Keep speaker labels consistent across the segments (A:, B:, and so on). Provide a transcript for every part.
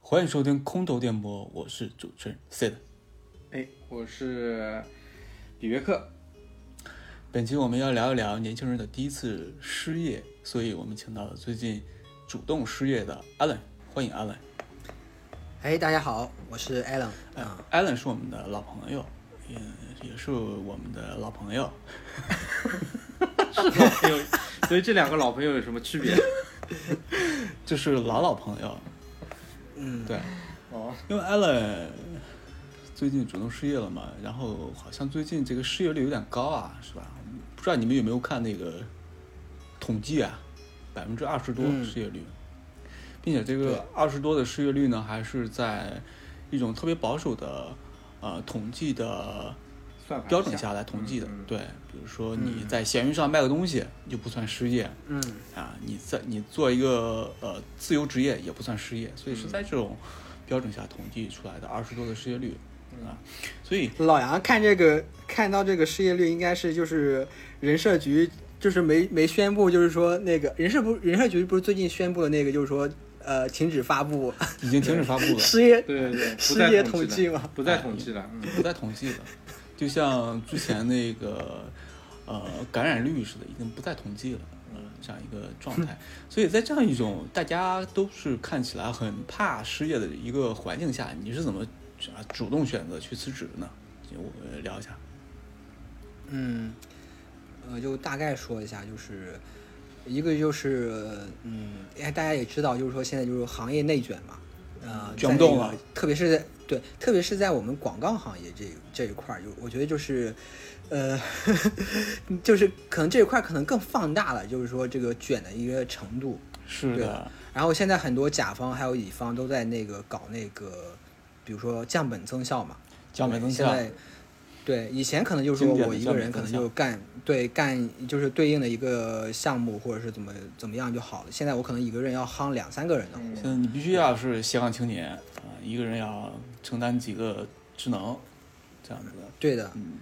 A: 欢迎收听空投电波，我是主持人 Sid。
B: 哎，我是比约克。
A: 本期我们要聊一聊年轻人的第一次失业，所以我们请到了最近主动失业的 Alan，欢迎 Alan。
C: 哎，大家好，我是 Alan 啊、
A: Alan 是我们的老朋友，也也是我们的老朋友。
B: 老朋友，所以这两个老朋友有什么区别？
A: 就是老老朋友，
C: 嗯，
A: 对，
B: 哦，
A: 因为 Allen 最近主动失业了嘛，然后好像最近这个失业率有点高啊，是吧？不知道你们有没有看那个统计啊，百分之二十多
C: 嗯
A: 失业率，并且这
C: 对
A: 个二十多的失业率呢，还是在一种特别保守的呃统计的
B: 算法
A: 标准下来统计的
B: 嗯。嗯
A: 对，比如说你在闲鱼上卖个东西，你就不算失业。
C: 嗯，
A: 啊，你在你做一个呃自由职业也不算失业，所以是
B: 嗯
A: 在这种标准下统计出来的二十多的失业率啊，所以
C: 老杨看这个看到这个失业率，应该是就是人社局就是没没宣布，就是说那个人社部人社局不是最近宣布了那个，就是说呃停止发布
A: 已经停止发布 了，
C: 失业
B: 对对对，不
C: 失
B: 再
C: 业
B: 统
C: 统计哎
B: 了，
C: 嘛，
B: 不再统计了。嗯，
A: 不再统计了，就像之前那个呃感染率似的，已经不再统计了。呃这样一个状态，所以在这样一种大家都是看起来很怕失业的一个环境下，你是怎么啊主动选择去辞职呢？我们聊一下。
C: 嗯，呃，就大概说一下，就是一个就是嗯，哎，大家也知道，就是说现在就是行业内卷嘛，呃，
A: 卷
C: 在
A: 不动
C: 那个
A: 了
C: 特别是在对，特别是在我们广告行业这一这一块儿，就我觉得就是，呃， 就是可能这一块儿可能更放大了，就是说这个卷的一个程度。
A: 是
C: 对
A: 的，
C: 然后现在很多甲方还有乙方都在那个搞那个，比如说降本增效嘛，
A: 降本增效
C: 对。现在对，以前可能就是
A: 经
C: 说
A: 典的
C: 我一个人
A: 降本
C: 可
A: 增
C: 能
A: 效
C: 就干对干就是对应的一个项目或者是怎么怎么样就好了。现在我可能一个人要夯两三个人的活，
A: 现在你必须要是斜杠青年啊、一个人要承担几个职能，这样子的。
C: 对的。
A: 嗯，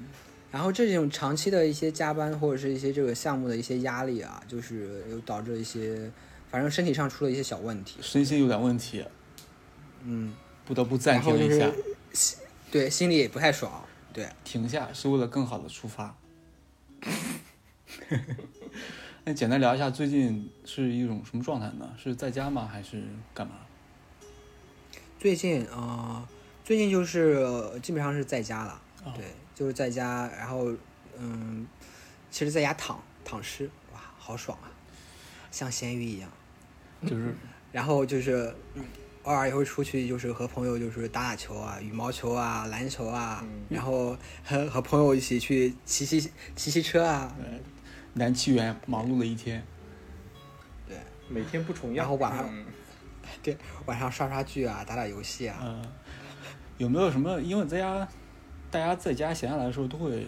C: 然后这种长期的一些加班或者是一些这个项目的一些压力啊，就是又导致一些反正身体上出了一些小问题。
A: 身心有点问题，
C: 嗯，
A: 不得不暂停一
C: 然
A: 下
C: 后，对，心里也不太爽。对，
A: 停下是为了更好的出发。 那简单聊一下，最近是一种什么状态呢？是在家吗？还是干嘛？
C: 最近啊、呃最近就是呃基本上是在家了，
A: 哦
C: 对，就是在家，然后嗯，其实在家躺躺尸，哇，好爽啊，像咸鱼一样。
A: 就是
C: 然后就是、嗯偶尔也会出去，就是和朋友就是打打球啊，羽毛球啊，篮球啊，然后和和朋友一起去骑骑骑骑车啊，
A: 男七元忙碌了一天，
C: 对，
B: 每天不重样。
C: 然后晚上
B: 嗯
C: 对，晚上刷刷剧啊，打打游戏啊，
A: 呃，有没有什么？因为在家，大家在家闲下来的时候，都会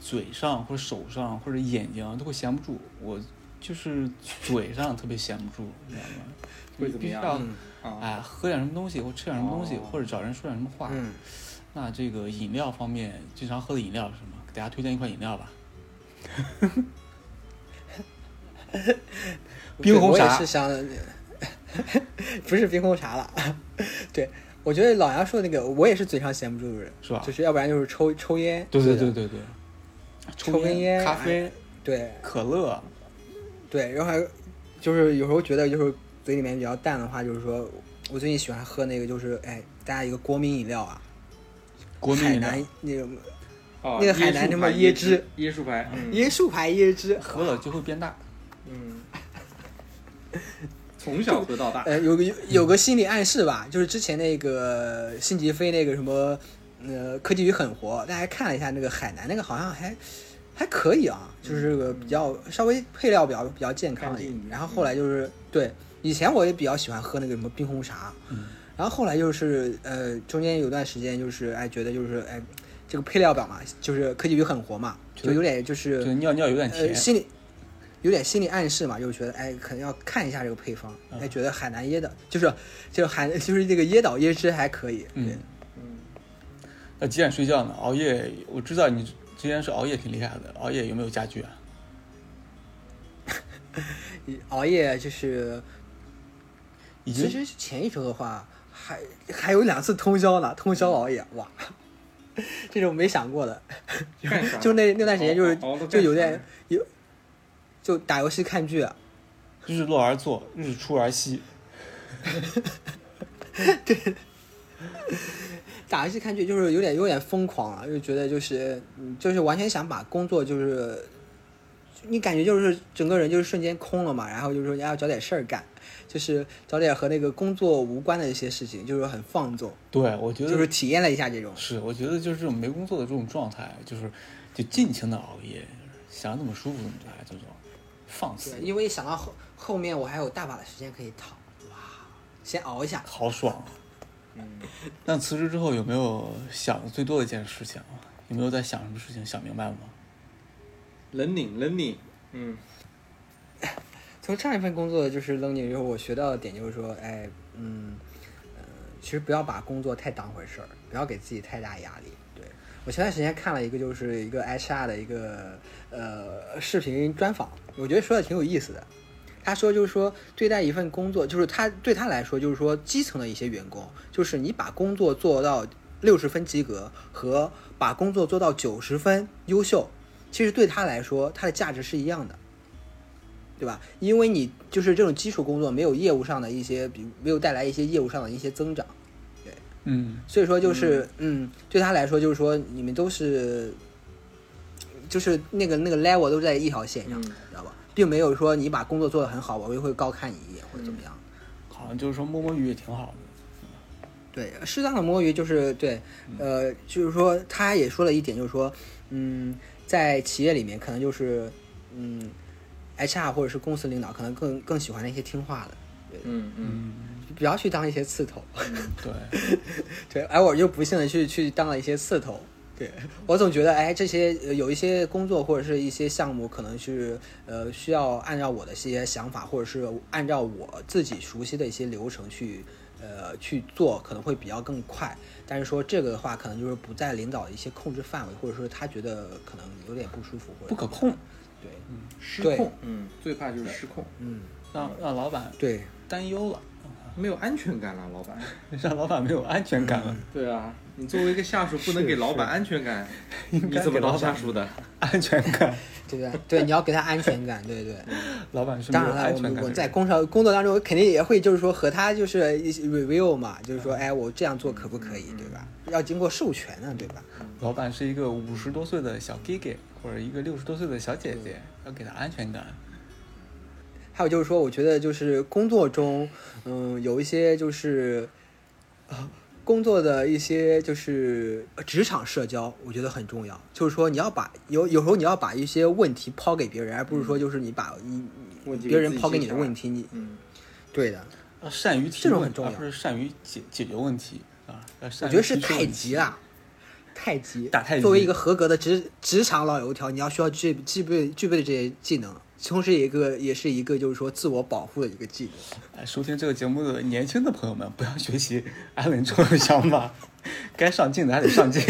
A: 嘴上或者手上或者眼睛啊都会闲不住。我就是嘴上特别闲不住，你知道吗？
B: 会怎么样
A: 必须
C: 嗯
A: 要
B: 啊，
A: 哎，喝点什么东西，或吃点什么东西，
B: 哦
A: 或者找人说点什么话。
C: 嗯，
A: 那这个饮料方面，经常喝的饮料是什么？给大家推荐一款饮料吧。冰
C: 对
A: 红
C: 我也
A: 茶
C: 是想， 不是冰红茶了。对，我觉得老杨说的那个，我也是嘴上闲不住的人，
A: 是吧
C: 就是要不然就是抽抽烟，
A: 啊对对
C: 对
A: 对对
C: 的
A: 对，
C: 抽
A: 抽
C: 根烟
A: 咖啡、
C: 对
A: 可乐，
C: 对，然后还就是有时候觉得就是嘴里面比较淡的话，就是说我最近喜欢喝那个就是哎，大家一个国民饮料啊，
A: 国民
C: 海
A: 饮料
C: 南那个
B: 哦
C: 那个海南
B: 椰树
C: 什么
B: 牌
C: 椰
B: 椰
C: 汁，
B: 椰树牌，嗯
C: 椰树牌椰汁，
A: 喝了就会变大。
B: 嗯，从小喝到大，
C: 呃，有个有有个心理暗示吧，就是之前那个辛吉飞那个什么，呃，科技与狠活，大家看了一下那个海南那个，好像还还可以啊，就是这个比较稍微配料比较比较健康一点
B: 干净。
C: 然后后来就是对，以前我也比较喜欢喝那个什么冰红茶，
A: 嗯
C: 然后后来就是呃，中间有段时间就是哎觉得就是哎这个配料表嘛，就是科技与狠活嘛，
A: 觉
C: 就
A: 得
C: 有点就是
A: 这个尿尿有点甜
C: 呃，，心里有点心理暗示嘛，就是觉得哎，可能要看一下这个配方，
A: 嗯
C: 哎，觉得海南椰的，就是就是海就是这个椰岛椰汁还可以，
A: 嗯。
B: 嗯，
A: 那几点睡觉呢？熬夜，我知道你之前是熬夜挺厉害的，熬夜有没有家具啊？
C: 对，熬夜就是
A: 已
C: 其
A: 经
C: 实前一周的话，还还有两次通宵呢，通宵熬夜，哇， 这是我没想过的。
B: 干啥
C: 就那那段时间就是
B: 熬熬得干
C: 就有
B: 啥
C: 点有，就打游戏看剧，啊
A: 日落而作，日出而息，
C: 嗯打游戏看剧就是有点有点疯狂了，就觉得就是嗯就是完全想把工作就是，你感觉就是整个人就是瞬间空了嘛，然后就是说你要找点事儿干，就是找点和那个工作无关的一些事情，就是很放纵，
A: 对我觉得
C: 就是体验了一下这种。
A: 是，我觉得就是这种没工作的这种状态，就是就尽情的熬夜，想怎么舒服怎么来，这种放肆
C: 对，，因为一想到后后面我还有大把的时间可以躺，哇，先熬一下。
A: 好爽啊。
B: 嗯
A: 那辞职之后有没有想的最多的一件事情啊？有没有在想什么事情？想明白了吗？
B: learning learning，嗯，
C: 从上一份工作就是 learning 之后，我学到的点就是说，哎，嗯，呃，其实不要把工作太当回事儿，不要给自己太大压力。对我前段时间看了一个，就是一个 HR 的一个呃视频专访，我觉得说的挺有意思的。他说就是说，对待一份工作，就是他对他来说，就是说基层的一些员工，就是你把工作做到六十分及格和把工作做到九十分优秀，其实对他来说，它的价值是一样的。对吧？因为你就是这种基础工作，没有业务上的一些，比没有带来一些业务上的一些增长，
A: 嗯，
C: 所以说就是，嗯，对他来说就是说，你们都是，就是那个那个 level 都在一条线上，
B: 嗯
C: 知道吧？并没有说你把工作做得很好，我又会高看你一眼或者怎么样。
A: 好像就是说摸摸鱼也挺好的。
C: 对，适当的摸鱼就是对，呃，就是说他也说了一点，就是说，嗯，在企业里面可能就是，嗯，HR 或者是公司领导可能更更喜欢那些听话的。
B: 嗯嗯
A: 嗯，
C: 不要去当一些刺头。
A: 对，
C: 对，而我就不幸的去去当了一些刺头。对我总觉得，哎，这些呃有一些工作或者是一些项目，可能是呃需要按照我的一些想法，或者是按照我自己熟悉的一些流程去呃去做，可能会比较更快。但是说这个的话，可能就是不在领导的一些控制范围，或者说他觉得可能有点不舒服，或者
A: 不可控，
C: 对，
B: 失
C: 对
B: 控，嗯，最怕就是失控，
C: 嗯，
A: 让让老板
C: 对，
A: 担忧了，
B: 没有安全感了，老 板。
A: 让老板没有安全感了，
B: 对啊，你作为一个下属，不能给老板安全感，
A: 该
B: 你怎么
A: 给老板
B: 当下属的？
A: 安全感，
C: 对对对，你要给他安全感，对对。
A: 老板是没
C: 当
A: 有
C: 然
A: 安
C: 了，我
A: 全
C: 们
A: 感
C: 我
A: 的
C: 在
A: 人。
C: 工作工作当中，肯定也会就是说和他就是一些 review 嘛，就是
A: 嗯
C: 说，哎，我这样做可不可以，对吧？要经过授权呢，对吧？
A: 老板是一个五十多岁的小 g i g 或者一个六十多岁的小姐姐，要给她安全感。
C: 还有就是说，我觉得就是工作中，嗯，有一些就是，啊，工作的一些就是呃职场社交，我觉得很重要。就是说，你要把有有时候你要把一些问题抛给别人，而不是说就是你把你
A: 嗯
B: 问题
C: 别人抛给你的问
B: 题，
C: 题，你
B: 嗯，
C: 对的。
A: 要啊善于提
C: 这种
A: 问，
C: 很重
A: 而
C: 要
A: 不是善于解解决问题啊。要
C: 我
A: 善于
C: 觉得是
A: 提出
C: 太
A: 问
C: 极
A: 题，
C: 了，太极。
A: 打太极
C: 作为一个合格的职职场老油条，你要需要具具备具备的这些技能，同时也一个也是一个就是说自我保护的一个技能。
A: 哎收听这个节目的年轻的朋友们，不要学习艾伦这种想法，该上进的还得上 进。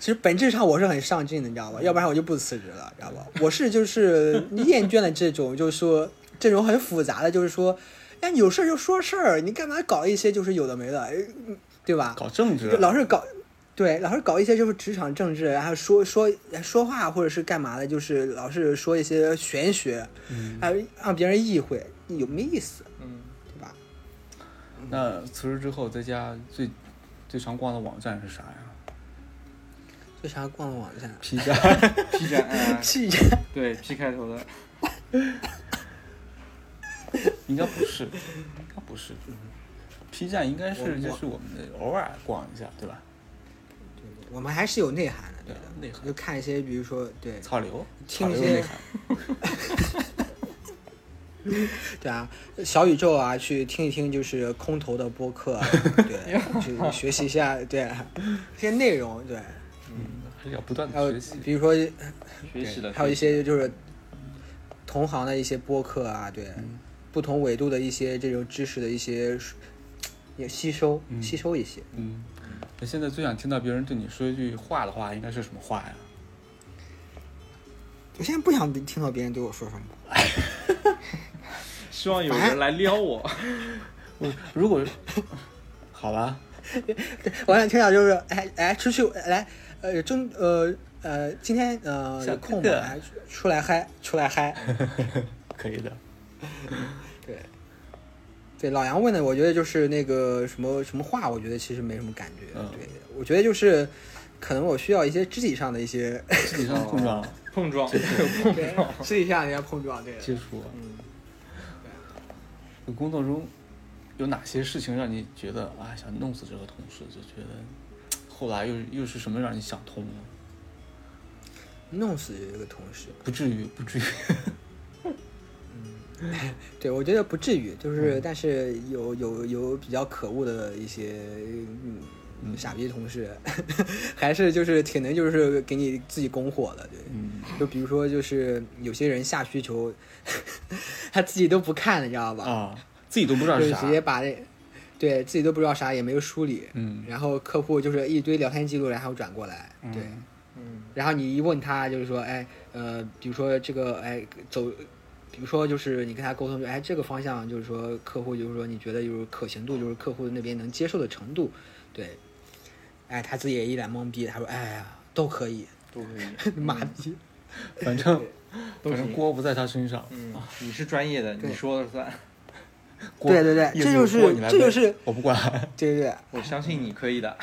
C: 其实本质上我是很上进的，你知道吧？要不然我就不辞职了，知道吧？我是就是 厌倦了这种就是说这种很复杂的，就是说，哎，有事儿就说事儿，你干嘛搞一些就是有的没的，哎嗯对吧？
A: 搞政治
C: 就，老是搞，对，老是搞一些就是职场政治，然后说说说话或者是干嘛的，就是老是说一些玄学，还有让别人意会，有没意思，
B: 嗯，
C: 对吧？
A: 那辞职之后在家最最常逛的网站是啥呀？
C: 为啥逛网站？
A: 皮夹。
B: P 站，哎
C: 气质
B: 对 P 开头的，
A: 应该不是，应该不是。P 站应该
C: 我
A: 是就是嗯我们的偶尔逛一下，对吧？
C: 我们还是有内涵的，对的，
A: 对内涵
C: 就看一些，比如说，对
A: 草流，
C: 听
A: 草
C: 一
A: 流
C: 些
A: 内涵。
C: 对啊，小宇宙啊，去听一听就是空投的播客啊，对，去学习一下，对这些内容，对，
A: 嗯，还是要不断
C: 还有
A: 的学习。
C: 比如说
B: 学习了，
C: 还有一
B: 学习
C: 些就是同行的一些播客啊，对，不同维度的一些这种知识的一些也吸收、
A: 嗯
C: 吸收一些。
A: 嗯，那现在最想听到别人对你说一句话的话，应该是什么话呀？
C: 我现在不想听到别人对我说什么，
B: 希望有人来撩我，
A: 我如果 好吧，
C: 我想听到就是，哎哎，出去来，呃，中呃呃，今天呃
A: 小
C: 有空
A: 哥哥
C: 吗？来出来嗨，出来嗨。
A: 可以的。
C: 对，对，老杨问的，我觉得就是那个什么什么话，我觉得其实没什么感觉。
A: 嗯
C: 对，我觉得就是可能我需要一些肢体上的一些
A: 肢体上碰撞、
B: 碰撞，
C: 肢体上的一些碰撞。对，
A: 接触，
C: 嗯，
A: 你工作中有哪些事情让你觉得啊想弄死这个同事？就觉得后来又又是什么让你想通了？
C: 弄死这个同事，
A: 不至于，不至于。
C: 对我觉得不至于，就是、
A: 嗯
C: 但是有有有比较可恶的一些嗯。傻逼同事， 还是就是挺能就是给你自己拱火的，对，
A: 嗯，
C: 就比如说就是有些人下需求， 他自己都不看，你知道吧？
A: 啊，自己都不知道
C: 就是是
A: 啥
C: 直。接把那，对自己都不知道啥，也没有梳理。
A: 嗯
C: 然后客户就是一堆聊天记录，然后转过来，对。
B: 嗯
C: 然后你一问他，就是说，哎，呃，比如说这个，哎，走，比如说就是你跟他沟通，哎，这个方向就是说客户就是说你觉得就是可行度，就是客户那边能接受的程度，对。哎，他自己也一脸懵逼，他说，哎呀，都可以，
B: 都可以。
C: 妈逼，
A: 反正
B: 都
A: 反正
B: 行
A: 锅不在他身上，
B: 嗯，你是专业的，你说了算，
A: 锅
C: 对对对，
A: 意思
C: 这就
A: 锅
C: 是
A: 你来
C: 这就
A: 背
C: 是
A: 我 不管。
C: 对对对
B: 我相信你可以的。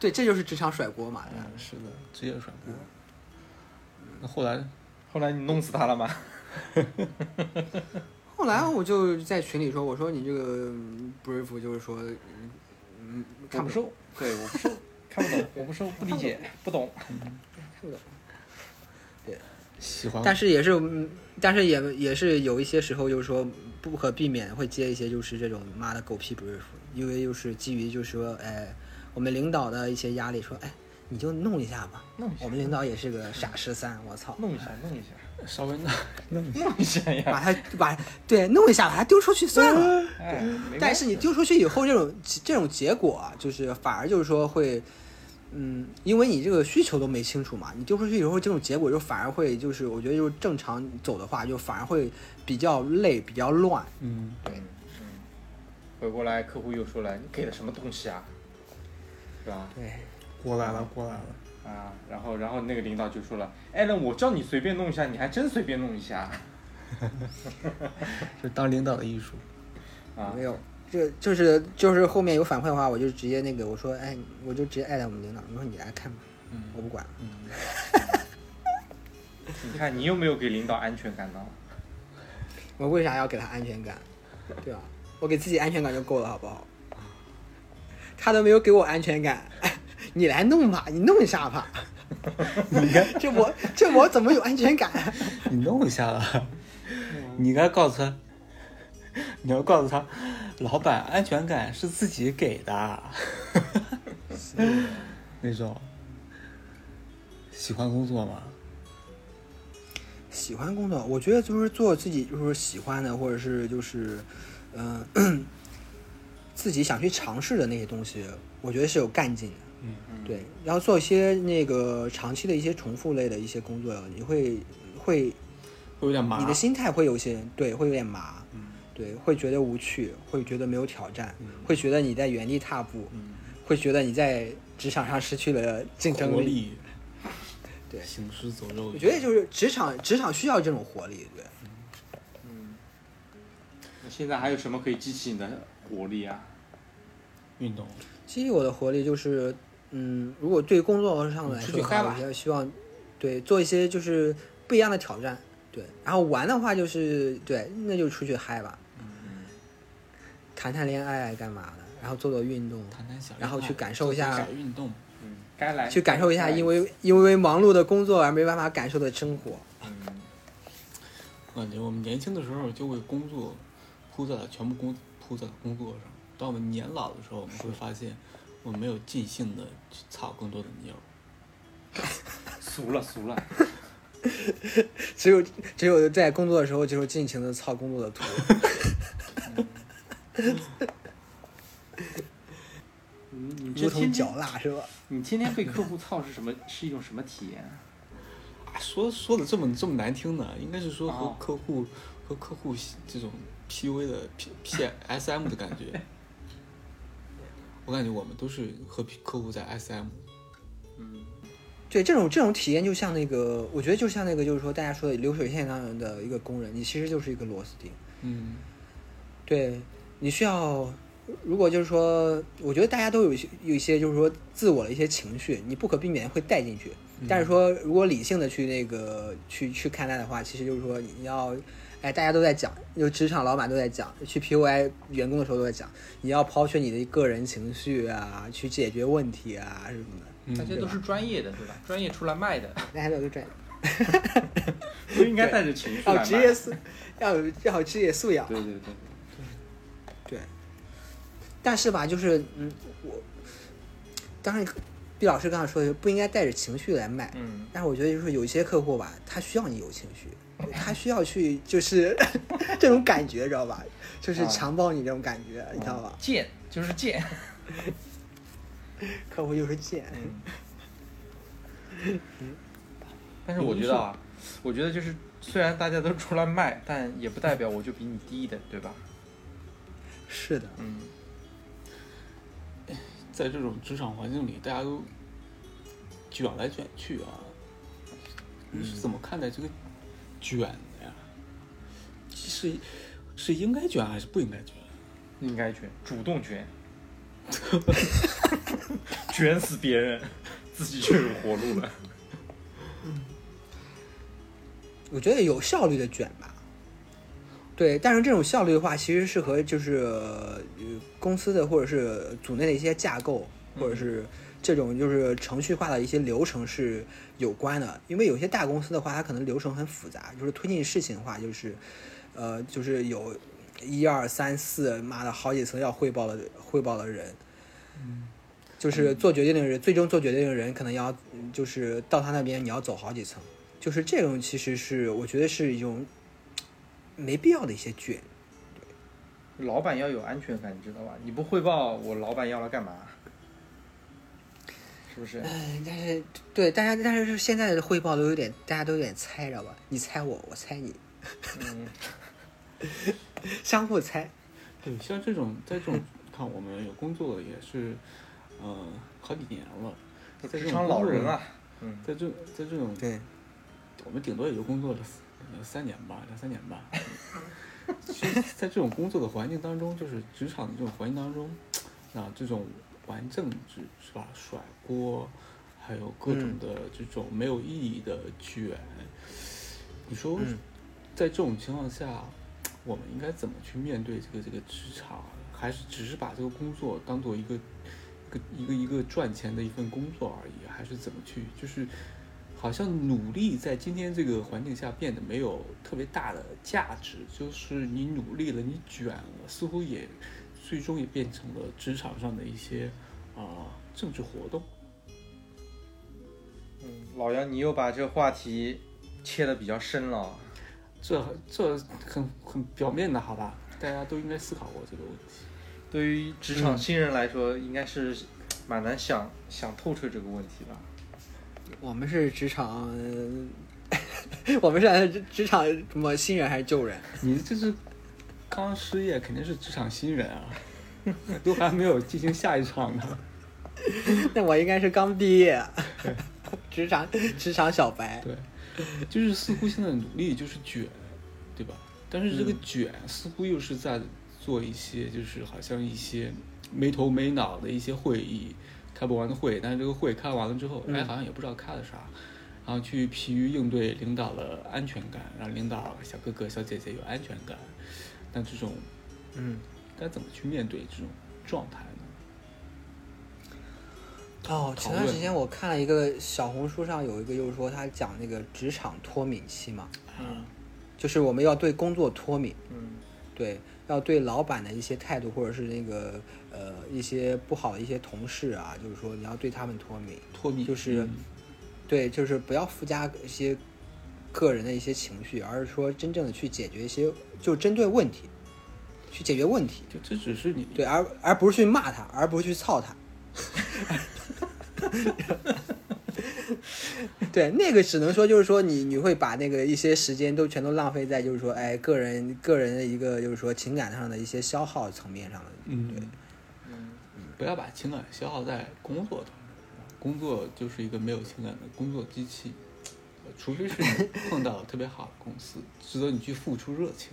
C: 对，这就是职场甩锅嘛，对吧
A: 嗯，是的，职业甩锅。
C: 嗯
A: 那后来，
B: 后来你弄死他了吗？
C: 后来我就在群里说：“我说你这个嗯 brief 就是说，嗯嗯，看不受，
B: 对，我不收，看不 懂，我不收，不理解，不懂。
A: 喜欢
C: 但是也是，嗯但是也也是有一些时候就是说不可避免会接一些就是这种妈的狗屁 brief，因为就是基于就是说，哎，我们领导的一些压力，说，哎，你就弄一下吧。
B: 弄一下
C: 我们领导也是个傻十三，我操，
B: 弄一下，弄一下，
A: 稍微那
B: 弄一下呀！
C: 把他把对弄一下，把他丢出去算了。”
B: 哎，没关系
C: 但是你丢出去以后，这种这种结果啊，就是反而就是说会，嗯，因为你这个需求都没清楚嘛，你丢出去以后，这种结果就反而会就是，我觉得就是正常走的话，就反而会比较累，比较乱。
A: 嗯，
B: 回过来，客户又说了，你给的什么东西啊？是吧？
C: 对，
A: 锅来了，锅来了。
B: 啊，然后然后那个领导就说了，艾伦，我叫你随便弄一下，你还真随便弄一下
A: 这当领导的艺术。
B: 啊
C: 没！有，这就是就是后面有反馈的话，我就直接那个我说，哎，我就直接艾特我们领导，我说你来看吧，
B: 嗯
C: 我不管了。
B: 你看你有没有给领导安全感呢？
C: 我为啥要给他安全感？对吧？我给自己安全感就够了，好不好？他都没有给我安全感，你来弄吧，你弄一下 吧。这我这我怎么有安全感？
A: 你弄一下了，你应该告诉他， 你要告诉他，老板安全感是自己给的， 那种喜欢工作吗？
C: 喜欢工作，我觉得就是做自己就是喜欢的，或者是就是嗯、自己想去尝试的那些东西，我觉得是有干劲的。对，然后做一些那个长期的一些重复类的一些工作，你会会
A: 会有点麻嗯
C: 你的心态会有一些对，会有点麻，对，会觉得无趣，会觉得没有挑战，会觉得你在原地踏步，
A: 嗯
C: 会觉得你在职场上失去了竞争
A: 活
C: 力。
A: 力，
C: 对
A: 行尸走肉。
C: 我觉得就是职场，职场需要这种活力，对。
B: 嗯那现在还有什么可以激起你的活力啊？
A: 运动，
C: 激励我的活力就是，嗯，如果对工作上来
A: 出
C: 说
A: 去
C: 的话，
A: 嗨吧
C: 我比较希望对做一些就是不一样的挑战，对。然后玩的话就是对，那就出去嗨吧，
B: 嗯
C: 谈谈恋爱啊干嘛的，然后做做运动，
A: 谈谈小恋爱，
C: 然后去感受一下
A: 做做小运动，
B: 嗯，该来
C: 去感受一下，
B: 该来
C: 因为因为忙碌的工作而没办法感受的生活。
B: 嗯
A: 我感觉我们年轻的时候就为工作扑在了全部工扑在了工作上。当我们年老的时候，我们会发现我们没有尽兴的去操更多的妞儿。
B: 俗了俗了，
C: 只有只有在工作的时候，就是尽情的操工作的图。
B: 嗯，你这
C: 如同
B: 天天
C: 嚼蜡是吧？
B: 你天天被客户操是什么？是一种什么体验啊？
A: 啊说说的这么这么难听呢，应该是说和
B: 哦
A: 客户、和客户这种 PUA 的 P P S M 的感觉。我感觉我们都是和客户在 S M，
B: 嗯，
C: 对这种这种体验，就像那个，我觉得就像那个，就是说大家说的流水线上的一个工人，你其实就是一个螺丝钉。
A: 嗯
C: 对，你需要，如果就是说，我觉得大家都有一些有一些就是说自我的一些情绪，你不可避免会带进去。但是说，如果理性的去那个去去看待的话，其实就是说你要，哎，大家都在讲，就职场老板都在讲，去 PUI 员工的时候都在讲，你要抛却你的个人情绪啊，去解决问题啊什么的。
A: 嗯
B: 大家都是专业的，对吧？专业出来卖的，
C: 那还有就这样，
B: 不应该带着情绪来卖。
C: 要有哦职业素，要有要有职业素养。
B: 对对对，
C: 对，但是吧，就是嗯，我当然，毕老师刚才说的不应该带着情绪来卖，
B: 嗯，
C: 但是我觉得就是有一些客户吧，他需要你有情绪，他需要去就是 这种感觉，知道吧？就是
B: 啊
C: 强暴你这种感觉，你知道吧？
B: 贱就是贱。
C: 客户就是贱，
B: 嗯， 但是我觉得啊，我觉得就是虽然大家都出来卖，但也不代表我就比你低的，对吧？
C: 是的，
B: 嗯，
A: 在这种职场环境里，大家都卷来卷去啊。你是怎么看待这个卷的呀？是是应该卷还是不应该卷？
B: 应该卷，主动卷， 卷死别人，自己却有活路了。
C: 我觉得有效率的卷吧。对，但是这种效率的话，其实是和就是、呃、公司的或者是组内的一些架构，或者是这种就是程序化的一些流程是有关的。因为有些大公司的话，它可能流程很复杂，就是推进事情的话，就是呃，就是有一二三四，妈的好几层要汇报的汇报的人。就是做决定的人，最终做决定的人可能要，嗯就是到他那边你要走好几层，就是这种其实是我觉得是一种没必要的一些卷，
B: 老板要有安全感，你知道吧？你不汇报，我老板要来干嘛？是不是？
C: 嗯，但是对大家，但是现在的汇报都有点，大家都有点猜着吧，你猜我，我猜你，
B: 嗯，
C: 相互猜。
A: 对，像这种在这种看我们有工作也是，呃，好几年了，在这
B: 职
A: 种
B: 场老
A: 工作
B: 人啊，嗯，
A: 在这在这种
C: 对，
A: 我们顶多也就工作了呃三年吧，两三年吧。 其实，在这种工作的环境当中，就是职场的这种环境当中，啊，这种玩政治是吧？甩锅，还有各种
C: 嗯
A: 的这种没有意义的卷，你说
C: 嗯，
A: 在这种情况下，我们应该怎么去面对这个这个职场？还是只是把这个工作当做一个一个一个一个赚钱的一份工作而已？还是怎么去？就是好像努力在今天这个环境下变得没有特别大的价值，就是你努力了，你卷了，似乎也最终也变成了职场上的一些啊、呃政治活动。
B: 嗯老杨，你又把这个话题切的比较深了啊。
A: 这这很很表面的，好吧？大家都应该思考过这个问题。
B: 对于职场新人来说，应该是蛮难想想透彻这个问题吧。
C: 我们是职场， 我们是来自职职场什么新人还是旧人？
A: 你这是刚失业，肯定是职场新人啊， 都还没有进行下一场呢。
C: 那我应该是刚毕业， 职场职场小白。
A: 对，就是似乎现在努力就是卷，对吧？但是这
C: 嗯
A: 个卷似乎又是在做一些，就是好像一些没头没脑的一些会议，开不完的会。但是这个会开完了之后，哎，
C: 嗯
A: 好像也不知道开了啥，然后去疲于应对领导的安全感，让领导小哥哥小姐姐有安全感。但这种
C: 嗯，
A: 该怎么去面对这种状态呢？
C: 哦，
A: 讨
C: 前段时
A: 论
C: 间我看了一个小红书上有一个，就是说他讲那个职场脱敏期嘛，
B: 嗯
C: 就是我们要对工作脱敏，
B: 嗯
C: 对，要对老板的一些态度，或者是那个呃一些不好的一些同事啊，就是说你要对他们脱敏，
A: 脱敏
C: 就是
A: 嗯
C: 对，就是不要附加一些个人的一些情绪，而是说真正的去解决一些，就针对问题，去解决问题，
A: 就这只是你
C: 对，而而不是去骂他， 而不是去操他。对，那个只能说就是说你你会把那个一些时间都全都浪费在就是说哎个人个人的一个就是说情感上的一些消耗层面上的。
A: 嗯，
B: 嗯
A: 不要把情感消耗在工作当中，工作就是一个没有情感的工作机器，呃除非是你碰到特别好的公司，值得你去付出热情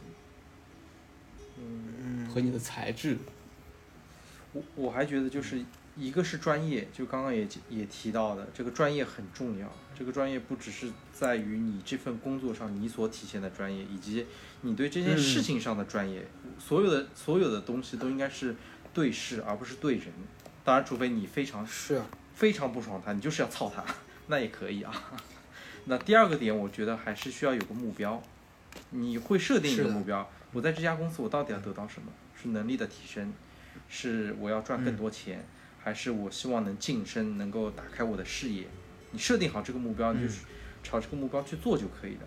B: 嗯，
A: 和你的才智。
B: 我我还觉得就是一个是专业，就刚刚也也提到的，这个专业很重要。这个专业不只是在于你这份工作上你所体现的专业，以及你对这件事情上的专业，所有的所有的东西都应该是对事，而不是对人。当然，除非你非常
C: 是啊，
B: 非常不爽他，你就是要操他，那也可以啊。 那第二个点，我觉得还是需要有个目标，你会设定一
C: 是
B: 个
C: 的
B: 目标，我在这家公司我到底要得到什么？是能力的提升，是我要赚
C: 嗯
B: 更多钱，还是我希望能晋升，能够打开我的视野？你设定好这个目标，你就是朝这个目标去做就可以了。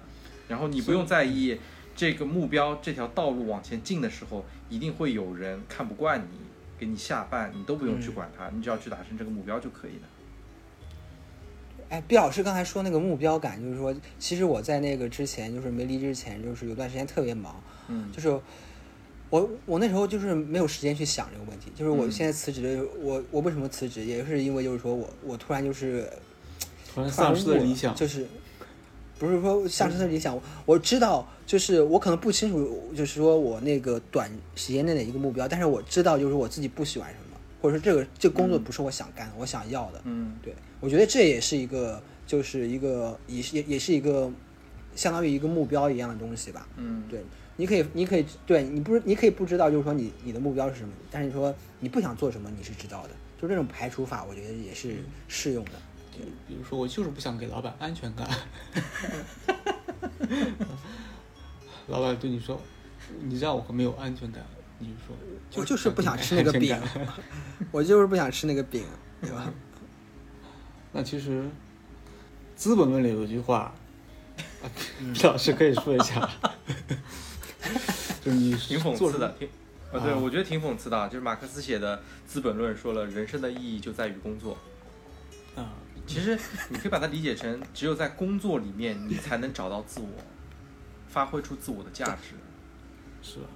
B: 然后你
A: 嗯
B: 不
A: 所以
B: 用在意这个目标这条道路往前进的时候，一定会有人看不惯你，给你下绊，你都不用去管他，
A: 嗯
B: 你只要去达成这个目标就可以了。
C: 哎，毕老师刚才说那个目标感，就是说其实我在那个之前就是没离职前，就是有段时间特别忙，
B: 嗯
C: 就是我我那时候就是没有时间去想这个问题，就是
A: 嗯
C: 我现在辞职，我我为什么辞职，也是因为就是说我我突然就是
A: 突然
C: 突
A: 嗯
C: 然
A: 丧失了
C: 悟
A: 理想，
C: 就是不是说丧失了理想，我知道就是我可能不清楚，就是说我那个短时间内的一个目标，但是我知道就是我自己不喜欢什么，或者说这个这个工
A: 嗯
C: 作不是我想干的，我想要的，
B: 嗯
C: 对，我觉得这也是一个，就是一个，也是也也是一个，相当于一个目标一样的东西吧。
B: 嗯，
C: 对，你可以，你可以，对你不是，你可以不知道，就是说你你的目标是什么，但是你说你不想做什么，你是知道的。就这种排除法，我觉得也是适用的。
A: 比如说我就是不想给老板安全感， 老板对你说，你让我没有安全感，你就说
C: 我就是不想
A: 给你
C: 吃那个
A: 安全
C: 饼
A: 感，
C: 我就是不想吃那个饼，对吧？
A: 那其实，《资本论》里有一句话，啊 老师可以说一下， 就是你
B: 挺讽
A: 做
B: 刺的，挺啊，对，
A: 啊
B: 我觉得挺讽刺的啊，就是马克思写的《资本论》说了，人生的意义就在于工作。
A: 啊，
B: 其实你可以把它理解成，只有在工作里面，你才能找到自我，发挥出自我的价值。
A: 是吧？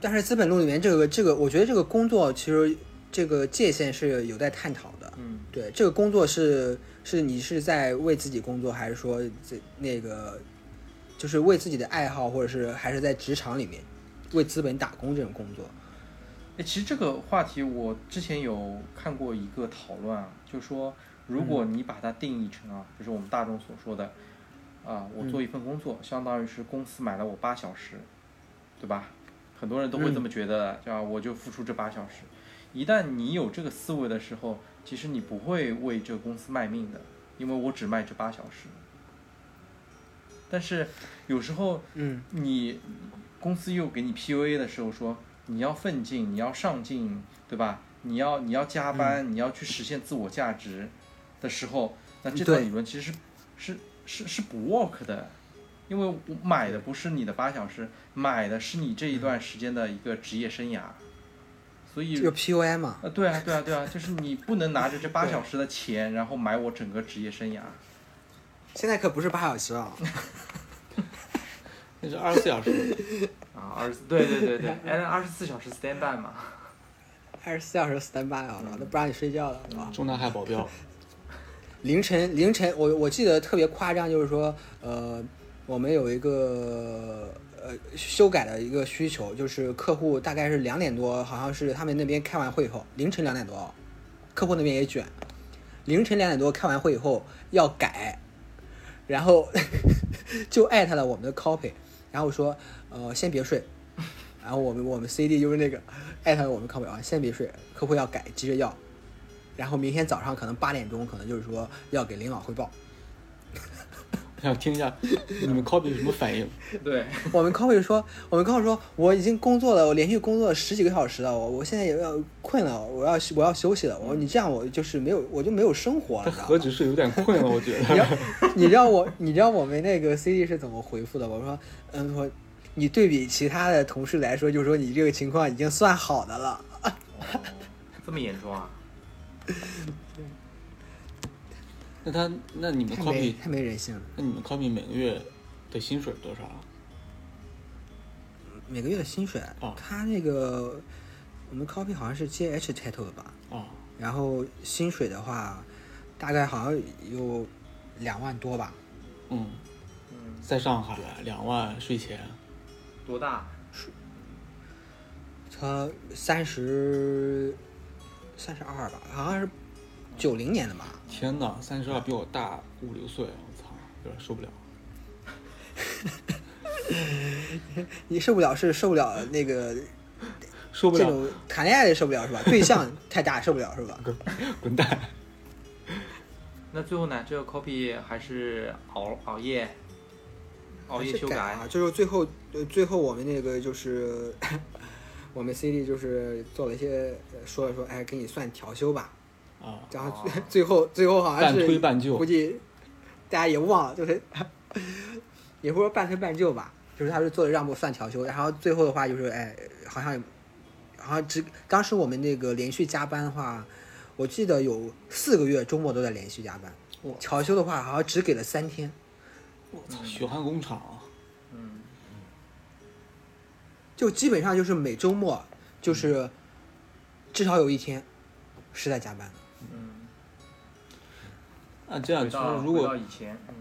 C: 但是《资本论》里面这个这个，我觉得这个工作其实这个界限是有待探讨的。
B: 嗯
C: 对，这个工作是是你是在为自己工作，还是说这那个就是为自己的爱好，或者是还是在职场里面为资本打工这种工作？
B: 哎，其实这个话题我之前有看过一个讨论啊，就说如果你把它定义成啊，就是我们大众所说的，啊，我做一份工作，相当于是公司买了我八小时，对吧？很多人都会这么觉得，对吧？我就付出这八小时。一旦你有这个思维的时候，其实你不会为这个公司卖命的，因为我只卖这八小时。但是有时候
C: 嗯，
B: 你公司又给你 PUA 的时候说你要奋进，你要上进，对吧？你要你要加班，你要去实现自我价值的时候，那这套
C: 对
B: 理论其实是是是是不 work 的，因为我买的不是你的八小时，买的是你这一段时间的一个职业生涯，所以
C: 有 PUA 嘛？
B: 啊，对啊，对啊，对啊，就是你不能拿着这八小时的钱，然后买我整个职业生涯。
C: 现在可不是八小时啊，
A: 那是二十四小时，
B: 啊，二十对对对对，哎，二十四小时 stand by 嘛，
C: 二十四小时 stand by 啊，都不让你睡觉了，对吧？
A: 中南海保镖，
C: 凌晨凌晨，我我记得特别夸张，就是说，呃，我们有一个呃修改的一个需求，就是客户大概是两点多，好像是他们那边开完会以后，凌晨两点多哦，客户那边也卷，凌晨两点多开完会以后要改，然后 就艾特了我们的 copy，然后说，呃，先别睡，然后我们我们 CD 就是那个艾特我们 copy 啊，先别睡，客户要改，急着要。然后明天早上可能八点钟，可能就是说要给领导汇报。
A: 我想听一下你们 copy 有什么反应？
B: 对。
C: 我们 copy 说，我们 copy 说，我已经工作了，我连续工作了十几个小时了，我我现在也要困了，我要我要休息了。我说你这样我就是没有，我就没有生活了，
A: 他
C: 你知道
A: 何
C: 吗？
A: 止是有点困了，我觉
C: 你知
A: 得
C: 道 你知道我你知道我们那个 CD 是怎么回复的吗？我说，嗯，我你对比其他的同事来说，就是说你这个情况已经算好的了。
B: 这么严重啊？
A: 那他那你们
C: 太没
A: copy
C: 太没人性了。
A: 那你们 copy 每个月的薪水多少啊？
C: 每个月的薪水，
A: 哦
C: 他那个我们 copy 好像是 JH title 的吧，
A: 哦，
C: 然后薪水的话，大概好像有两万多吧，
A: 嗯，
B: 嗯，
A: 在上海啊两万税前，
B: 多大？
C: 他三十三十二吧，好像是九零年的吧，
A: 天哪，三十二比我大五六岁，我操，有点受不了。
C: 你受不了是受不了那个
A: 受不
C: 这
A: 了，
C: 种谈恋爱的受不了是吧？对象太大受不了是吧？
A: 滚蛋！
B: 那最后呢？这个 copy 还是熬熬夜，熬夜
C: 是
B: 修
C: 改啊，就是最后呃最后我们那个就是 我们 CD 就是做了一些呃说了说，哎，给你算调休吧。
A: 啊，
C: 然后 最
B: 哦
C: 最后最后好像
A: 半
C: 是
A: 推半
C: 估
A: 就，
C: 计大家也忘了，就是也不是说半推半就吧，就是他是做了让步算调休，然后最后的话就是哎，好像好像只当时我们那个连续加班的话，我记得有四个月周末都在连续加班
A: 哇，
C: 调休的话好像只给了三天，
A: 我操，血汗工厂啊！
B: 嗯，
C: 就基本上就是每周末就是至少有一天是在加班的。
B: 嗯，
A: 啊，这样
B: 回
A: 就
B: 到
A: 是如
B: 回
A: 果
B: 到以前，嗯，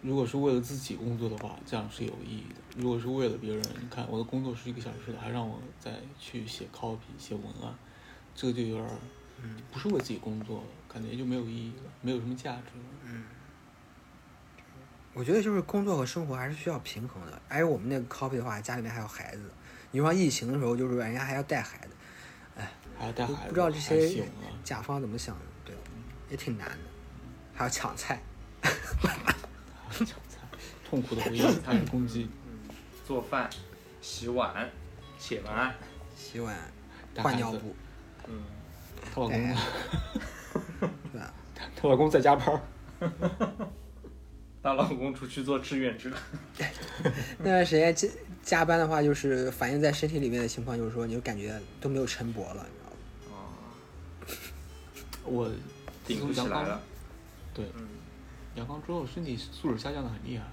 A: 如果是为了自己工作的话，这样是有意义的。如果是为了别人，你看我的工作是一个小时的，还让我再去写 copy、写文案，这个就有点儿不是为自己工作了，感觉就没有意义了，没有什么价值了。
C: 我觉得就是工作和生活还是需要平衡的。而且我们那个 copy 的话，家里面还有孩子，你说疫情的时候，就是人家还要带孩子，
A: 还要带孩子，
C: 不知道这
A: 还
C: 些
A: 要写文案
C: 甲方怎么想的？对，也挺难的，还要抢菜。
A: 还要抢菜，痛苦的回忆，还有攻击，
B: 做饭、洗碗、写文案，
C: 洗碗、
A: 带
C: 换
A: 孩
C: 尿
A: 子，
C: 布，
B: 嗯，
A: 她老
C: 带
A: 公
C: 孩，子，对吧？
A: 她老公在加班儿。
B: 带老公出去做志愿者，
C: 那段时间加加班的话，就是反映在身体里面的情况，就是说你就感觉都没有晨勃了，你知道吗？
B: 哦，
A: 我自
B: 顶
A: 从
B: 不起
A: 阳
B: 来
A: 刚
B: 了，
A: 对
B: 嗯，
A: 阳刚之后，身体素质下降的很厉害。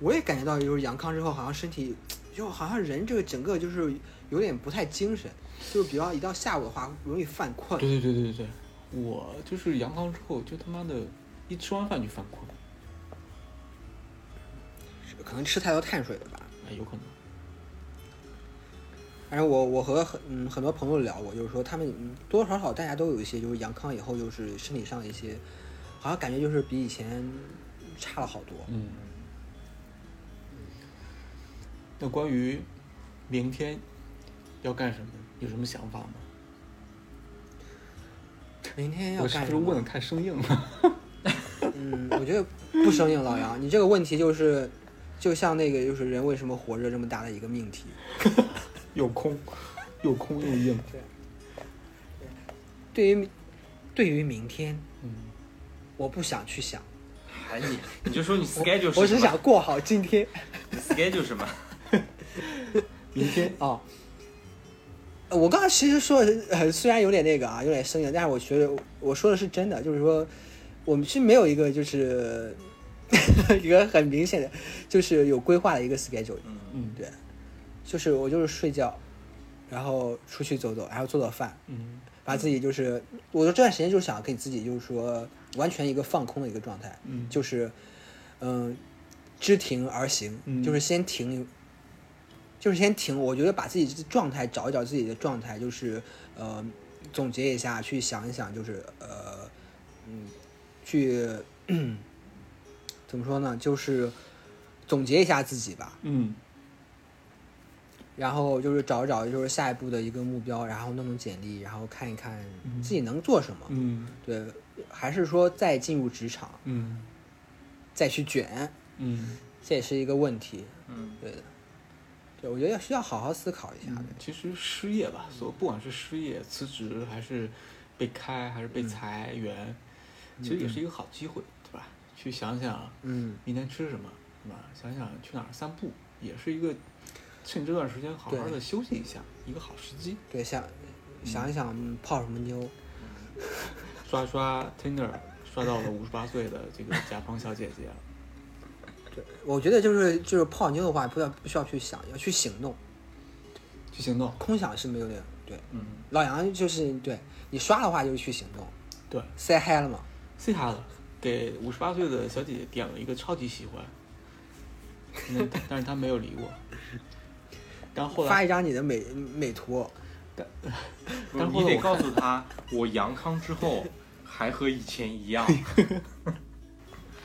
C: 我也感觉到，就是阳康之后，好像身体，就好像人这个整个就是有点不太精神，就是比较一到下午的话，容易犯困。
A: 对对对对对对，我就是阳刚之后，就他妈的一吃完饭就犯困。
C: 可能吃太多碳水了吧。
A: 哎，有可能。
C: 反正我我和很嗯很多朋友聊过，就是说他们嗯多多少少大家都有一些就是阳康以后就是身体上的一些，好像感觉就是比以前差了好多。
A: 嗯。那关于明天要干什么，有什么想法吗？
C: 明天要
A: 我是
C: 干
A: 不
C: 什
A: 是
C: 么
A: 问的太生硬 了？
C: 嗯，我觉得不生硬，老杨，你这个问题就是就像那个就是人为什么活着这么大的一个命题。
A: 又空，又空又硬。
C: 对于对于明天，
A: 嗯，
C: 我不想去想，
B: 哎你，你就说你 schedule
C: 我
B: 是什
C: 只
B: 么
C: 想过好今天。
B: ？schedule 什么？
A: 明天
C: 哦，呃我刚才其实说的呃，虽然有点那个啊，有点生硬，但是我觉得我说的是真的，就是说我们是没有一个就是 一个很明显的，就是有规划的一个 schedule，
B: 嗯
A: 嗯
C: 对，就是我就是睡觉，然后出去走走，然后做做饭，
A: 嗯
C: 把自己就是，我说这段时间就是想给自己就是说完全一个放空的一个状态，
A: 嗯，
C: 就是，嗯，知停而行，
A: 嗯
C: 就是先停，就是先停。我觉得把自己的状态找一找自己的状态，就是呃，总结一下，去想一想，就是呃，嗯，去 怎么说呢？就是总结一下自己吧，
A: 嗯
C: 然后就是找一找，就是下一步的一个目标，然后弄弄简历，然后看一看
A: 嗯
C: 自己能做什么。
A: 嗯
C: 对，还是说再进入职场，
A: 嗯
C: 再去卷，
A: 嗯
C: 这也是一个问题。
B: 嗯，
C: 对的，对，我觉得要需要好好思考一下的
A: 嗯。。其实失业吧，所不管是失业、辞职，还是被开，还是被裁员，其实也是一个好机会，对吧？去想想
C: 嗯，
A: 明天吃什么，是吧？想想去哪儿散步，也是一个趁这段时间好好的
C: 对
A: 休息一下，一个好时机。
C: 对，想想一想嗯泡什么妞，
A: 刷刷 Tinder 刷到了五十八岁的这个甲方小姐姐，
C: 对，我觉得就是就是泡妞的话，不要不需要去想，要去行动，
A: 去行动。
C: 空想是没有的。对，
A: 嗯，
C: 老杨就是对你刷的话就是去行动
A: 对
C: ，say hi 了嘛，
A: ，C 哈了，给五十八岁的小姐姐点了一个超级喜欢，嗯但是她没有理我。然后后
C: 发
A: 来，
C: 一张你的美美图，
B: 不
A: 然后
B: 你得
A: 我
B: 告诉他，我阳康之后还和以前一样。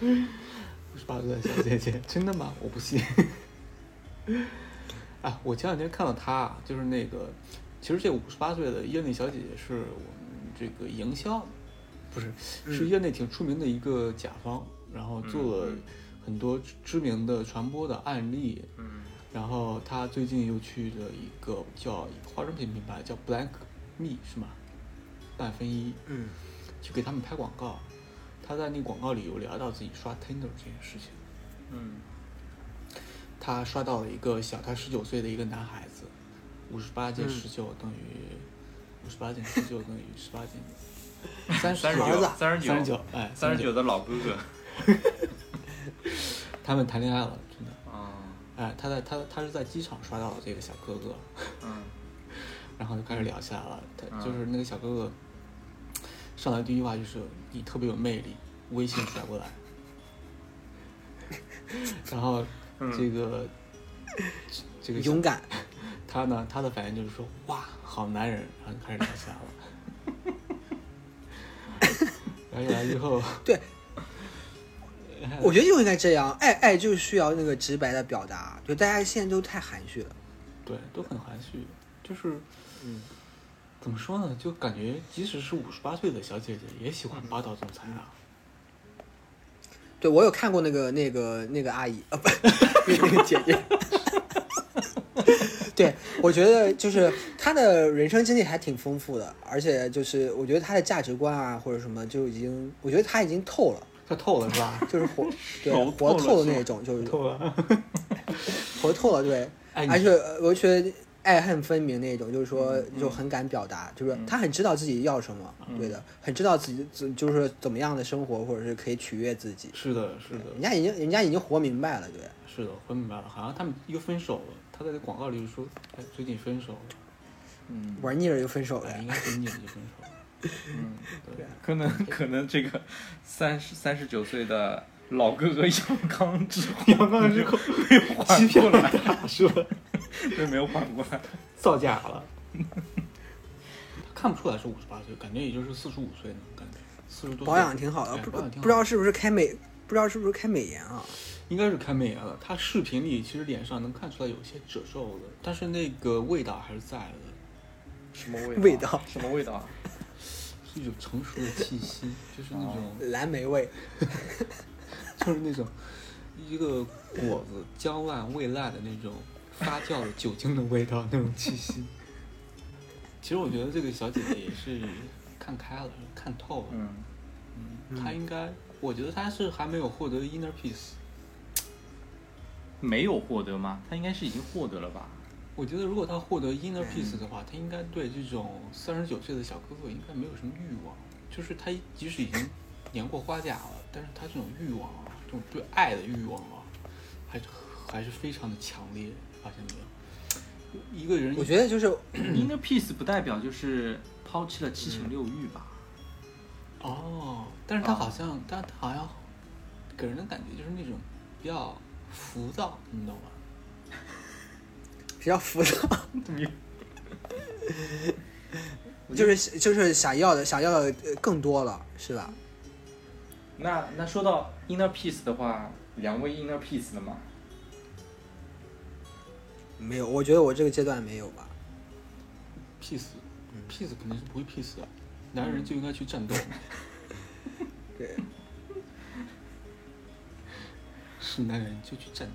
A: 五十八岁的小姐姐， 真的吗？我不信。啊，我前两天看到她，就是那个，其实这五十八岁的业内小姐姐是我们这个营销，不是，是
C: 嗯
A: 业内挺出名的一个甲方，然后做了
B: 嗯嗯
A: 很多知名的传播的案例，
B: 嗯
A: 然后他最近又去了一个叫一个化妆品品牌叫 Black Me 是吗？半分一
C: 嗯，
A: 去给他们拍广告，他在那广告里有聊到自己刷 Tinder 这件事情，
B: 嗯
A: 他刷到了一个小他十九岁的一个男孩子，五十八减十九等于五十八减十九等于十八减三
B: 三十
A: 九
C: 儿
B: 九
C: 子，
B: 三十
A: 三十
B: 九，
A: 九哎
B: 三十
A: 九
B: 九的老哥哥
A: 他们谈恋爱了真的
B: 啊，
A: 哎他在他他是在机场刷到了这个小哥哥，
B: 嗯
A: 然后就开始聊起来了。他
B: 嗯
A: 就是那个小哥哥，上来第一句话就是你特别有魅力，微信甩过来。 然后
C: 嗯
A: 这个、这个小
C: 勇敢，
A: 他呢，他的反应就是说哇，好男人，然后就开始聊起来了。 聊起来之后，哎
C: 对，我觉得就应该这样，爱爱就需要那个直白的表达，就大家现在都太含蓄了，
A: 对，都很含蓄，就是
C: 嗯，
A: 怎么说呢，就感觉即使是五十八岁的小姐姐也喜欢霸道总裁啊。
C: 对我有看过那个那个那个阿姨啊，不， 那个姐 姐。对，我觉得就是她的人生经历还挺丰富的，而且就是我觉得她的价值观啊或者什么就已经，我觉得她已经透了，
A: 他透了是吧？
C: 就是活对
B: 熟
C: 活
B: 透了
C: 透
B: 是
C: 的
B: 吧
C: 那种，就 是
A: 透了。
C: 活透了，对，
A: 哎，你
C: 而且呃我觉得爱恨分明那种，就是说就很敢表达，就是他很知道自己要什么，对的，很知道自己自就是怎么样的生活，或者是可以取悦自己。
A: 是的，是的，
C: 人家已经人家已经活明白了，对，
A: 是的，我明白了，好像他们又分手了。他在这广告里就说，哎，最近分手了，
B: 嗯
C: 玩腻了就分手了
A: 哎
C: 呀。
A: 应该跟你就分手了。
B: 嗯，
A: 对，
B: 可能可能这个三十三十九岁的老哥哥阳康之后，
A: 阳光之 口欺骗了他，是吧？
B: 对没有缓过来。
A: 造假了。看不出来是五十八岁，感觉也就是四十五岁呢，感觉四十多岁。
C: 保养挺好的，
A: 哎
C: 不
A: 保养挺
C: 不
A: 好
C: 知道是不是开美，不知道是不是开美颜啊？
A: 应该是开美颜了。他视频里其实脸上能看出来有些褶皱的，但是那个味道还是在的，
B: 什么味
C: 味道？
B: 什么味道啊？
A: 是一种成熟的气息，就是那种
C: 蓝莓味，
A: 就是那种一个果子将烂未烂的那种发酵的酒精的味道，那种气息。 其实我觉得这个小姐姐也是看开了，看透了。
B: 嗯，
A: 嗯她应该，我觉得她是还没有获得 inner peace。
B: 没有获得吗？他应该是已经获得了 吧？
A: 我觉得如果她获得 inner peace 的话，她应该对这种三十九岁的小哥哥应该没有什么欲望。就是她即使已经年过花甲了，但是她这种欲望啊，这种对爱的欲望啊，还是还是非常的强烈。发现没有？一个人
C: 我觉得就是，
B: inner peace 不代表就是抛弃了七情六欲吧？
A: 哦，但是他
B: 啊
A: 好像，但他好像给人的感觉就是那种比较浮躁，你懂吗？
C: 比较浮躁，
B: 你
C: 就是就是想要的想要的呃更多了，是吧？
B: 那那说到 inner peace 的话，两位 inner peace 的吗？
C: 没有，我觉得我这个阶段没有吧。
A: peace，peace 肯定是不会 peace 的，男人就应该去战斗，
C: 对，
A: 是男人就去战斗。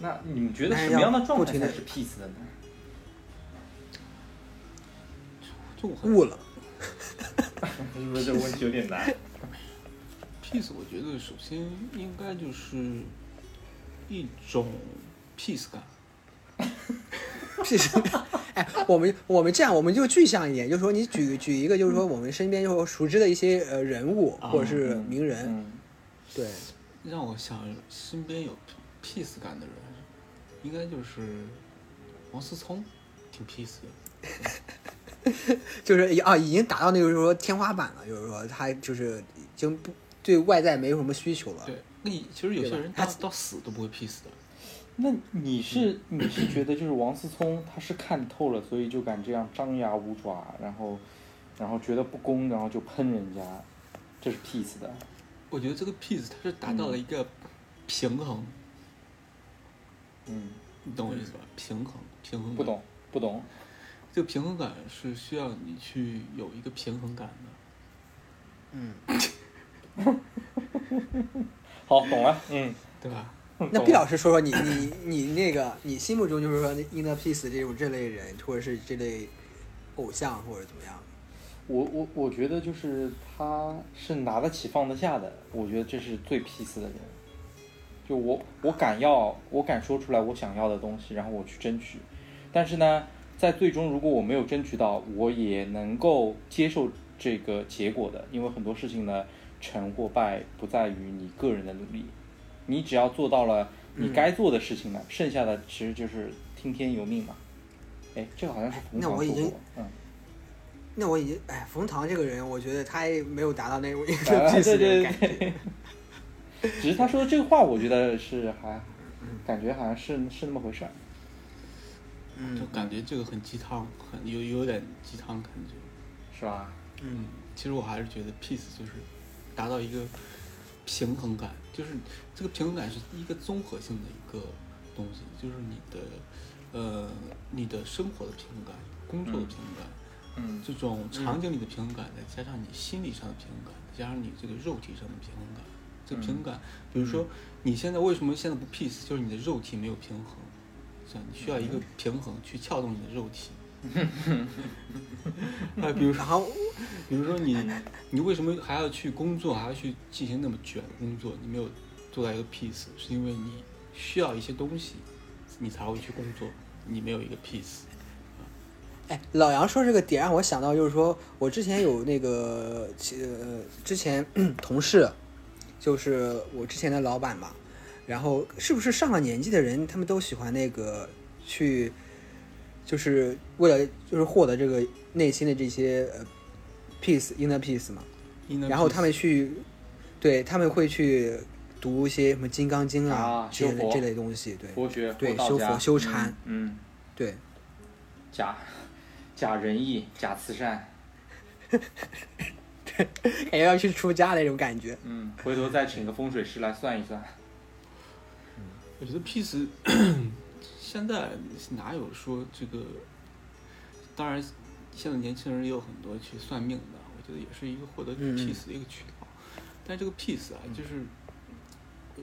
B: 那你们觉得
C: 那
B: 什
C: 要
B: 么样的状
C: 不
B: 态
C: 停地
B: 才是 peace 的呢？
A: 就我很
C: 悟了，
B: 是不是 这个问题有点难？
A: peace，我觉得首先应该就是一种 peace 感，
C: 屁什么？哎，我们我们这样，我们就具象一点，就是说你举举一个，就是说我们身边就熟知的一些呃人物
A: 啊
C: 或者是名人，
B: 嗯，
C: 对，
A: 让我想身边有 peace 感的人，应该就是王思聪，挺 peace 的。
C: 就是啊已经达到那个就是说天花板了，就是说他就是已经不对外在没有什么需求了。
A: 对，那你其实有些人
C: 啊对吧
A: 到到死都不会 peace 的。
B: 那你是
C: 嗯
B: 你是觉得就是王思聪他是看透了，所以就敢这样张牙舞爪，然后然后觉得不公，然后就喷人家，这是 peace 的。
A: 我觉得这个 peace 它是达到了一个平衡，
B: 嗯，
A: 你懂我意思吧？平衡，平衡。
B: 不。懂不懂。
A: 这个平衡感是需要你去有一个平衡感的。
C: 嗯，
B: 好，懂了。嗯，
A: 对吧？
C: 那
B: 懂
C: 毕
B: 了
C: 老师说说你你你那个你心目中就是说 inner peace 这种这类人或者是这类偶像或者怎么样？
B: 我我我觉得就是他是拿得起放得下的，我觉得这是最 peace 的人。就我我敢要，我敢说出来我想要的东西，然后我去争取。但是呢，在最终如果我没有争取到，我也能够接受这个结果的，因为很多事情呢，成或败不在于你个人的努力，你只要做到了你
C: 嗯
B: 该做的事情呢，剩下的其实就是听天由命嘛。哎，这个好像是冯
C: 那
B: 唐
C: 我已
B: 说
C: 经
B: 过，嗯。
C: 那我已经哎，冯唐这个人，我觉得他也没有达到那种 inner
B: 啊，对
C: peace 的
B: 对
C: 感觉。
B: 对。只是他说的这个话，我觉得是还，感觉好像是是那么回事儿。
A: 就
C: 嗯
A: 感觉这个很鸡汤，很有有点鸡汤感觉。
B: 是吧？
A: 嗯，其实我还是觉得 peace 就是达到一个平衡感，就是这个平衡感是一个综合性的一个东西，就是你的呃你的生活的平衡感、工作的平衡感，
B: 嗯
A: 这种场景里的平衡感，再加上你心理上的平衡感，再加上你这个肉体上的平衡感，这个平衡感，比如说你现在为什么现在不 peace，就是你的肉体没有平衡，是吧？你需要一个平衡去撬动你的肉体。啊，比如说
C: 然。后
A: 比如说你，你为什么还要去工作，还要去进行那么卷的工作？你没有做到一个 peace，是因为你需要一些东西，你才会去工作，你没有一个 peace。
C: 哎，老杨说这个点让我想到，就是说我之前有那个呃，之前 同事，就是我之前的老板嘛，然后是不是上了年纪的人，他们都喜欢那个去，就是为了就是获得这个内心的这些呃 peace inner peace 嘛，
A: Inner
C: 然后
A: peace
C: 他们去，对他们会去读一些什么《金刚经啊》
B: 啊
C: 这
B: 修
C: 类
B: 佛
C: 这类东西，对
B: 佛学
C: 对
B: 佛道
C: 修
B: 家
C: 佛修禅
B: 嗯，嗯
C: 对，
B: 假假仁义，假慈善，
C: 感觉要去出家那种感觉。
B: 嗯，回头再请个风水师来算一算。
A: 我觉得 peace 现在哪有说这个？当然，现在年轻人也有很多去算命的，我觉得也是一个获得
C: 嗯嗯
A: peace 的一个渠道。但这个 peace 啊，就是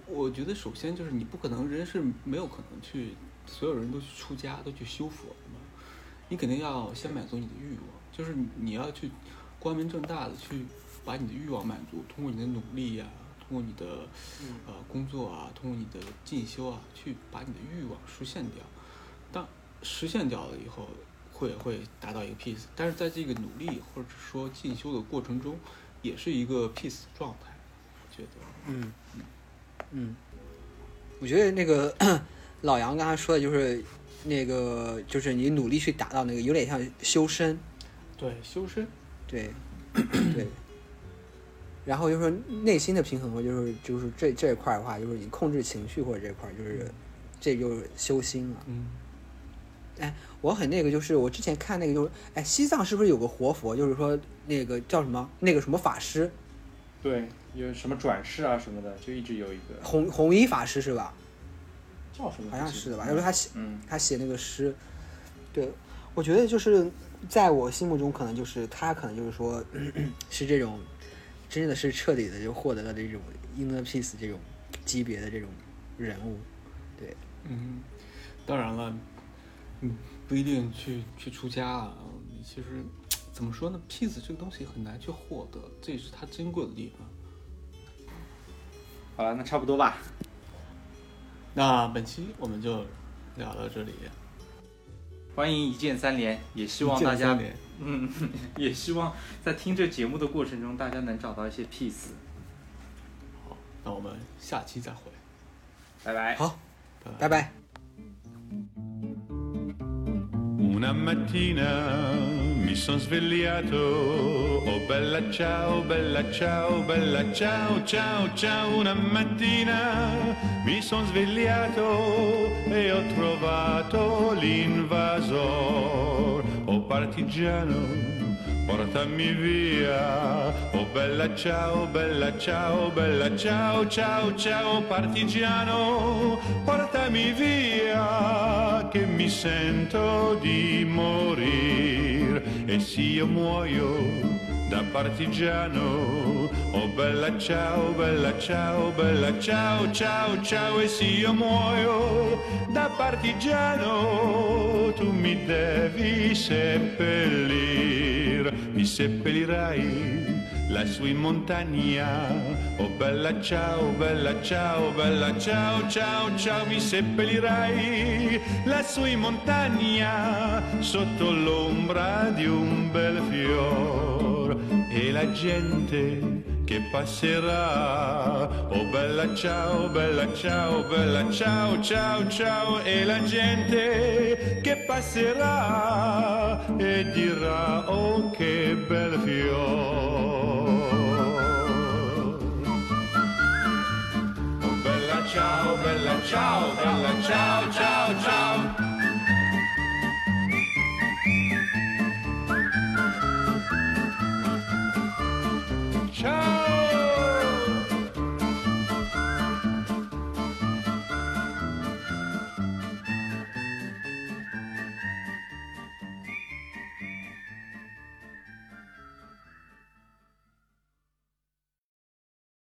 A: 我觉得首先就是你不可能，人是没有可能去所有人都去出家，都去修佛的嘛。你肯定要先满足你的欲望，就是你你要去光明正大的去把你的欲望满足，通过你的努力呀、通过你的呃工作啊，通过你的进修啊，去把你的欲望实现掉。当实现掉了以后，会会达到一个 peace。但是在这个努力或者是说进修的过程中，也是一个 peace 的状态，我觉得。
C: 嗯，嗯，我觉得那个 老杨刚才说的就是那个，就是你努力去达到那个，有点像修身，
A: 对，修身。
C: 对，对。然后就是说内心的平衡，就是就是这这一块儿的话，就是你控制情绪或者这块儿，就是这就是修心了。
A: 嗯，
C: 我很那个，就是我之前看那个，就是哎，西藏是不是有个活佛？就是说那个叫什么那个什么法师，
B: 对，有什么转世啊什么的，就一直有一个
C: 红红衣法师是吧？
B: 叫什么？
C: 好像是的吧？就是他写
B: 嗯，
C: 他写那个诗，对我觉得就是在我心目中，可能就是他可能就是说 是这种真的是彻底的就获得了这种 inner peace 这种级别的这种人物，
A: 嗯，当然了，嗯，不一定去去出家啊。你其实怎么说呢，peace 这个东西很难去获得，这也是它珍贵的地方。
B: 好了，那差不多吧。
A: 那本期我们就聊到这里。
B: 欢迎一键三连，也希望大家，嗯， 也希望在听这节目的过程中，大家能找到一些 peace。
A: 好，那我们下期再会，
B: 拜拜。
C: 好，
A: 拜拜
C: 拜拜。
D: Una mattina mi sono svegliato, oh bella ciao, bella ciao, bella ciao, ciao, ciao. Una mattina mi sono svegliato e ho trovato l'invasor. Oh partigiano, portami via. Oh bella ciao, bella ciao, bella ciao, ciao, ciao partigiano, portami via che mi sento di morire e se io muoio da partigiano. Oh bella ciao, bella ciao, bella ciao, ciao, ciao e se io muoio da partigiano, tu mi devi seppellir, mi seppellirai lassù in montagna. Oh bella ciao, bella ciao, bella ciao, ciao, ciao, mi seppellirai lassù in montagna sotto l'ombra di un bel fior e la gente che passerà. Oh bella ciao, bella ciao, bella ciao, ciao, ciao e la gente che passerà e dirà oh che bel fiore. Oh bella ciao, bella ciao, bella ciao, ciao, ciao.